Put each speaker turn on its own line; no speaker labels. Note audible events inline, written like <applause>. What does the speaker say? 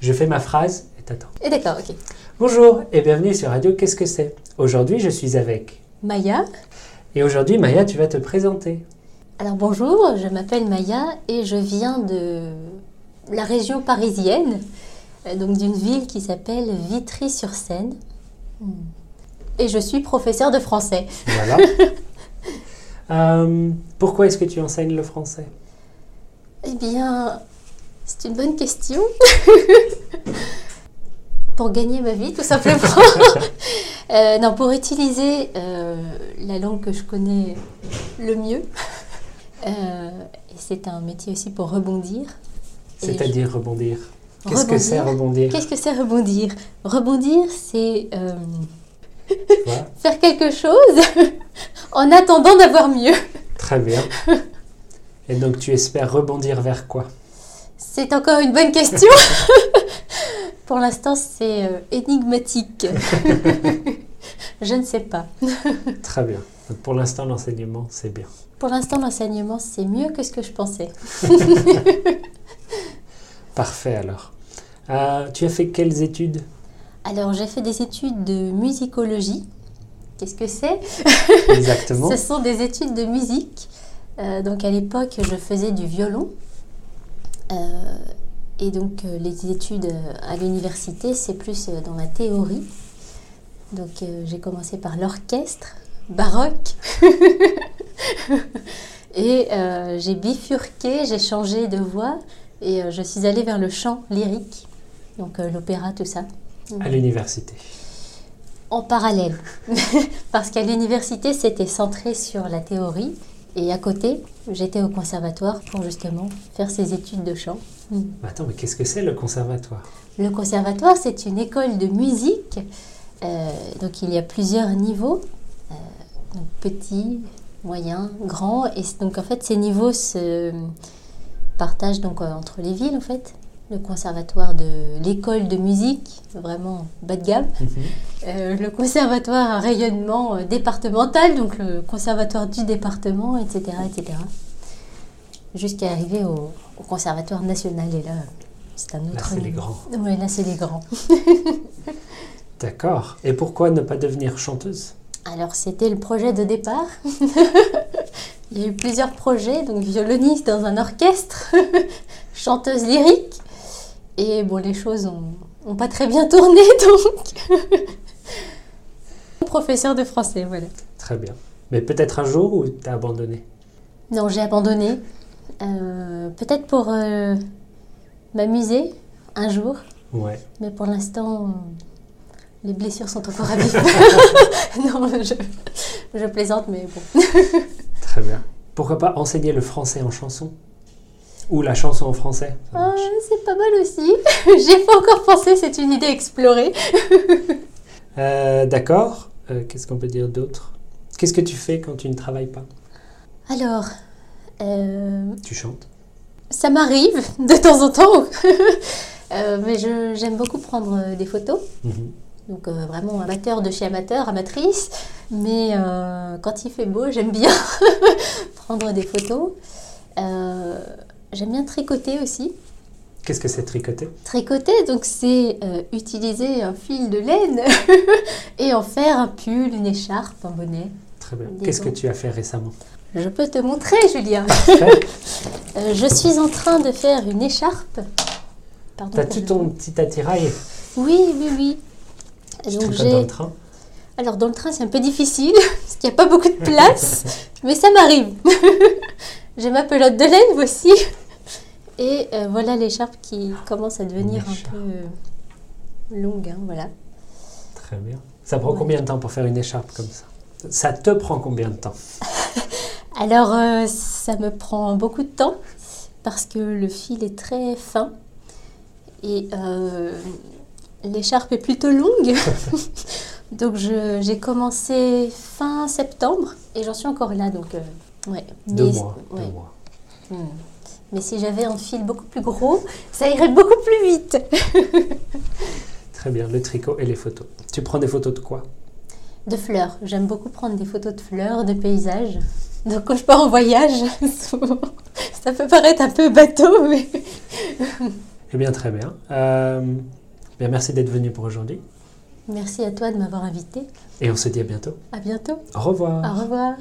Je fais ma phrase et t'attends.
Et Eh, d'accord, ok.
Bonjour et bienvenue sur Radio Qu'est-ce que c'est Aujourd'hui, je suis avec.
Maya
Et aujourd'hui, Maya, tu vas te présenter.
Alors bonjour, je m'appelle Maya et je viens de la région parisienne, euh, donc d'une ville qui s'appelle Vitry-sur-Seine. Hmm. Et je suis professeur de français.
Voilà. Euh, pourquoi est-ce que tu enseignes le français
Eh bien, c'est une bonne question. <laughs> pour gagner ma vie, tout simplement. <laughs> Euh, non, pour utiliser euh, la langue que je connais le mieux. <laughs> Euh, et c'est un métier aussi pour rebondir. Et
C'est-à-dire rebondir.
je-
Qu'est-ce que c'est rebondir
Qu'est-ce que c'est rebondir Rebondir, c'est euh,
tu vois
faire quelque chose <laughs> en attendant d'avoir mieux.
Très bien. Et donc, tu espères rebondir vers quoi
C'est encore une bonne question. <laughs> Pour l'instant, c'est euh, énigmatique. <laughs> Je ne sais pas.
Très bien. Donc, pour l'instant, l'enseignement, c'est bien.
Pour l'instant, l'enseignement, c'est mieux que ce que je pensais.
Parfait alors. Euh, tu as fait quelles études
Alors, j'ai fait des études de musicologie. Qu'est-ce que c'est
exactement
<laughs> Ce sont des études de musique. Euh, donc, à l'époque, je faisais du violon. Euh, et donc, euh, les études euh, à l'université, c'est plus euh, dans la théorie. Donc, euh, j'ai commencé par l'orchestre baroque. <laughs> et euh, j'ai bifurqué, j'ai changé de voix et euh, je suis allée vers le chant lyrique. Donc, euh, l'opéra, tout ça.
à l'université
En parallèle, <laughs> parce qu'à l'université, c'était centré sur la théorie. Et à côté, j'étais au conservatoire pour justement faire ces études de chant.
Mais Attends, mais qu'est-ce que c'est le conservatoire
Le conservatoire, c'est une école de musique. Euh, donc il y a plusieurs niveaux, euh, donc petit, moyen, grand. Et c- donc en fait, ces niveaux se partagent donc euh, entre les villes en fait. Le conservatoire de l'école de musique, vraiment bas de gamme.
Mhm.
Euh, le conservatoire à rayonnement euh, départemental, donc le conservatoire du département, etc. etc. Jusqu'à arriver au, au conservatoire national. Et là, c'est un autre.
Là, c'est les
niveau.
grands.
Ouais, là, c'est les grands.
D'accord. Et pourquoi ne pas devenir chanteuse
Alors, c'était le projet de départ. <laughs> Il y a eu plusieurs projets, donc violoniste dans un orchestre, <laughs> chanteuse lyrique. Et bon, les choses ont, ont pas très bien tourné, <laughs> donc. <laughs> Professeur de français, voilà.
Très bien. Mais peut-être un jour où tu as abandonné
Non, j'ai abandonné. Euh, Peut-être pour euh, m'amuser un jour,
Ouais.
mais pour l'instant, euh, les blessures sont encore à vif. <laughs> non, je, je plaisante, mais bon.
Très bien. Pourquoi pas enseigner le français en chanson Ou la chanson en français ça
Ah,
marche.
c'est pas mal aussi. <laughs> j'ai pas encore pensé, c'est une idée explorée.
Euh, D'accord. Euh, Qu'est-ce qu'on peut dire d'autre Qu'est-ce que tu fais quand tu ne travailles pas
Alors, euh,
Tu chantes
ça m'arrive de temps en temps, <laughs> Euh, mais je- j'aime beaucoup prendre euh, des photos.
Mhm.
Donc euh, vraiment amateur de chez amateur, amatrice. Mais euh, quand il fait beau, j'aime bien <laughs> prendre des photos. Euh, j'aime bien tricoter aussi.
Qu'est-ce que c'est tricoter
Tricoter, donc c'est euh, utiliser un fil de laine <laughs> et en faire un pull, une écharpe, un bonnet.
Très bien.
Des
Qu'est-ce que
gants.
tu as fait récemment
Je peux te montrer, Julien.
Parfait.
Euh, je suis en train de faire une écharpe. Pardon.
T'as-tu
pour-
ton petit attirail
Oui, oui, oui.
tricote
Donc
dans
j'ai
le train
Alors dans le train c'est un peu difficile <laughs> parce qu'il n'y a pas beaucoup de place, mais ça m'arrive. <laughs> J'ai ma pelote de laine voici. Et euh, voilà l'écharpe qui commence à devenir un
L'écharpe.
peu euh, longue. hein, voilà.
<laughs> Très bien. Ça prend
Ouais.
combien de temps pour faire une écharpe comme ça Ça te prend combien de temps
Alors euh, ça me prend beaucoup de temps parce que le fil est très fin et euh, l'écharpe est plutôt longue. <laughs> donc je- j'ai commencé fin septembre et j'en suis encore là. Donc, euh, ouais.
Deux
Mais-
mois.
ouais.
Deux mois.
Hmm. Mais si j'avais un fil beaucoup plus gros, ça irait beaucoup plus vite.
Très bien. Le tricot et les photos. Tu prends des photos de quoi
De fleurs, j'aime beaucoup prendre des photos de fleurs, de paysages. Donc quand je <laughs> pars en voyage, souvent, ça peut paraître un peu bateau, mais
Eh bien, très bien. Euh, bien merci d'être venu pour aujourd'hui.
<laughs> Merci à toi de m'avoir invité.
Et on se dit à bientôt.
À bientôt.
Au revoir.
Au revoir.